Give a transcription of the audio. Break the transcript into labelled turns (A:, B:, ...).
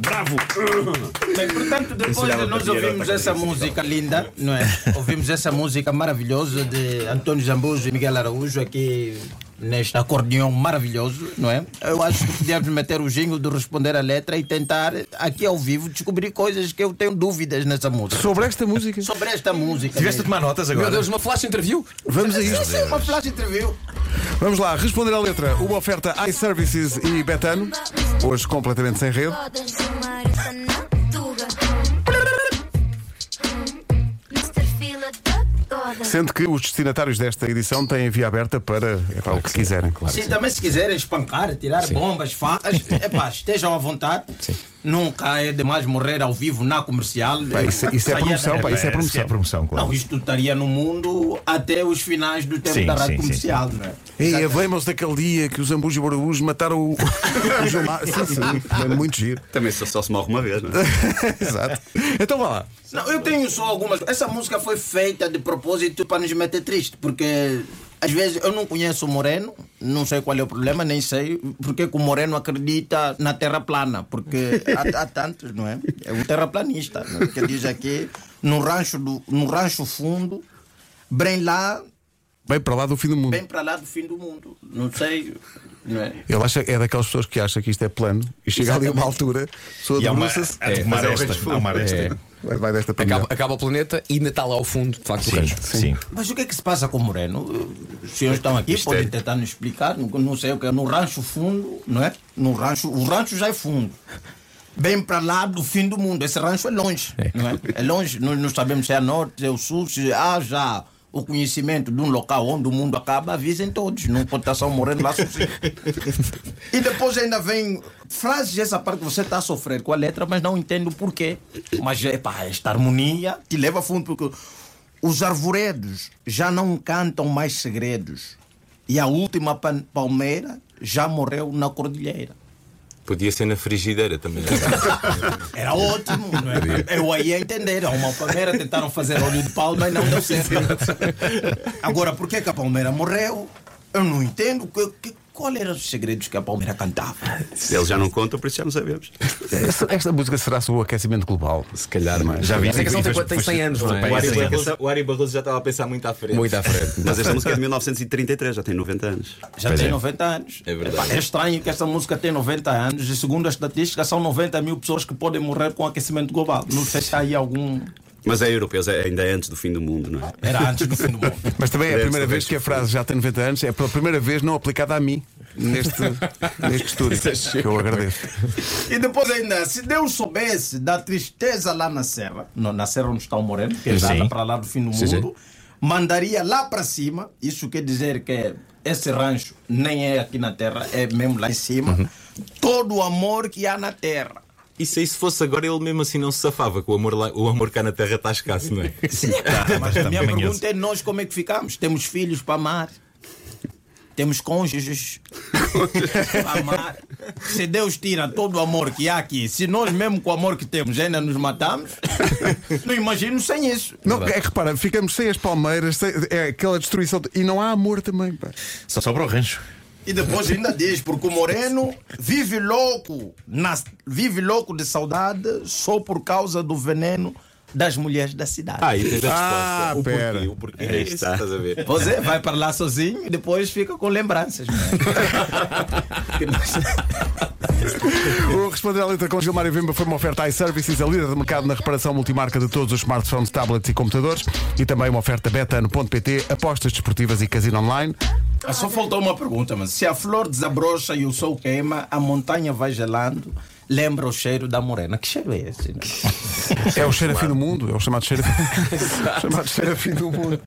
A: Bravo!
B: Bem, portanto, depois
C: dava
B: nós
C: para dinheiro,
B: ouvimos
C: outra
B: essa
C: coisa.
B: música linda, não é? Ouvimos essa música maravilhosa de Antônio Zambujo e Miguel Araújo aqui neste acordeão maravilhoso, não é? Eu acho que podíamos meter o jingle de responder a letra e tentar, aqui ao vivo, descobrir coisas que eu tenho dúvidas nessa música.
D: Sobre esta música.
B: Sobre esta música.
C: Tiveste a
B: mesmo.
C: tomar notas agora?
E: Meu Deus, uma flash interview?
D: Vamos a isto.
B: Isso é uma flash interview.
D: Vamos lá, responder à letra. Uma oferta iServices e Betano. Hoje completamente sem rede.
F: Rodas do mar e tá na tuga. Mr. Fila da Goda.
D: Sendo que os destinatários desta edição têm a via aberta para é pá, o que quiserem. Claro.
B: Sim, também se quiserem espancar, tirar bombas, facas, epá, estejam à vontade. Nunca é demais morrer ao vivo na comercial.
D: isso, isso é
B: Saia-
D: promoção, pá, isso é
C: Essa
D: promoção.
C: promoção, claro.
B: Não, isto estaria no mundo até os finais do tempo
C: Sim,
B: da rádio
C: sim, sim.
B: comercial, não é?
D: E lembram-se daquele dia que os Ambus e Borabus mataram o, o João Mar... Sim, sim, é muito giro.
C: Também só, só se morre uma vez, não é?
D: Exato. Então vá lá.
B: Não, eu tenho só algumas. Essa música foi feita de propósito para nos meter triste, porque às vezes eu não conheço o Moreno, não sei qual é o problema, nem sei porque que o Moreno acredita na Terra plana, porque há, há tantos, não é? É o terraplanista, não é? que diz aqui, no rancho, do, no rancho fundo, bem lá,
D: Bem para lá do fim do mundo.
B: bem para lá do fim do mundo. Não sei, não é?
D: Ele acha, é daquelas pessoas que acha que isto é plano e chega ali a uma altura, a pessoa
C: E há uma,
D: debruça-se,
C: há de uma
E: mas é o
C: aresta,
E: resto.
C: há uma aresta.
E: É.
D: vai, vai desta para
E: Acaba,
D: melhor.
E: acaba o planeta e ainda está lá ao fundo, de facto, o
C: Sim,
E: rancho.
C: sim.
B: Mas o que é que se passa com o Moreno? Os senhores estão aqui,
C: Isto
B: podem
C: é-
B: tentar nos explicar. Não, não sei o que é. No rancho fundo, não é? No rancho, o rancho já é fundo. Bem para lá do fim do mundo. Esse rancho é longe, não é? É longe. Nós não sabemos se é norte, se é o sul, se há já o conhecimento de um local onde o mundo acaba, avisem todos. Não pode estar só o Moreno lá sozinho. E depois ainda vem frases dessa parte que você está a sofrer com a letra, mas não entendo o porquê. Mas epá, esta harmonia te leva a fundo, porque os arvoredos já não cantam mais segredos. E a última pan- palmeira já morreu na cordilheira.
G: Podia ser na frigideira também.
B: Era ótimo, não é? Eu aí a entender. Há uma palmeira, tentaram fazer óleo de palma e não deu certo. Agora, por que, que a palmeira morreu? Eu não entendo. Que, que, qual eram os segredos que a palmeira cantava?
C: Se eles já não contam, por isso já não sabemos.
D: Esta, esta música será sobre o aquecimento global.
G: Se calhar mais.
C: Já vi.
E: Essa canção tem, tem 100 anos, não
G: O
E: é?
C: Vai.
G: Ari,
C: Sim.
G: Barroso, o Ari Barroso já estava a pensar muito à frente.
E: Muito à frente.
C: Mas esta música é de 1933, já tem 90 anos.
B: Já
C: Pois
B: tem
C: é.
B: 90 anos.
G: É verdade.
B: Epá, é estranho que essa música tem 90 anos e, segundo a estatística, são 90 mil pessoas que podem morrer com aquecimento global. Não sei se há aí algum.
C: Mas é europeu, é- ainda é antes do fim do mundo, não é?
B: Era antes do fim do mundo.
D: Mas também é a
C: Deve
D: primeira
C: saber
D: vez que a frase já tem 90 anos, é pela primeira vez não aplicada a mim neste, neste estúdio. que eu agradeço.
B: E depois ainda, se Deus soubesse da tristeza lá na serra, no- na serra onde está o Moreno, que é
C: Sim.
B: para lá do fim do mundo, mandaria lá para cima, isso quer dizer que esse rancho nem é aqui na terra, é mesmo lá em cima, todo o amor que há na terra.
G: E se isso fosse agora, ele mesmo assim não se safava, que o amor, lá, o amor cá na Terra está escasso, não é?
B: Sim, mas a minha
C: ganhoso.
B: pergunta é: nós como é que ficamos? Temos filhos para amar? Temos cônjuges para amar? Se Deus tira todo o amor que há aqui, se nós mesmo com o amor que temos ainda nos matamos, não imagino sem isso.
D: Não, é que repara, ficamos sem as palmeiras, sem- é aquela destruição de- e não há amor também. pá.
C: Só sobra o rancho.
B: E depois ainda diz, porque o Moreno vive louco, na- vive louco de saudade só por causa do veneno das mulheres da cidade.
G: Ah, e tens a
D: Ah,
G: resposta. o
D: pera.
G: porquê, o porquê é isso, estás a ver?
B: Pois é, vai para lá sozinho e depois fica com lembranças. não é? Que nós-
D: O Responder à Letra com Gilmário Vemba foi uma oferta iServices, a líder de mercado na reparação multimarca de todos os smartphones, tablets e computadores e também uma oferta betano.pt, apostas desportivas e casino online.
B: Ah, Só faltou uma pergunta, mas se a flor desabrocha e o sol queima, a montanha vai gelando, lembra o cheiro da morena. Que cheiro é esse? né?
D: É o cheiro a fim do mundo, é o chamado cheiro a fim, chamado cheiro a fim do mundo.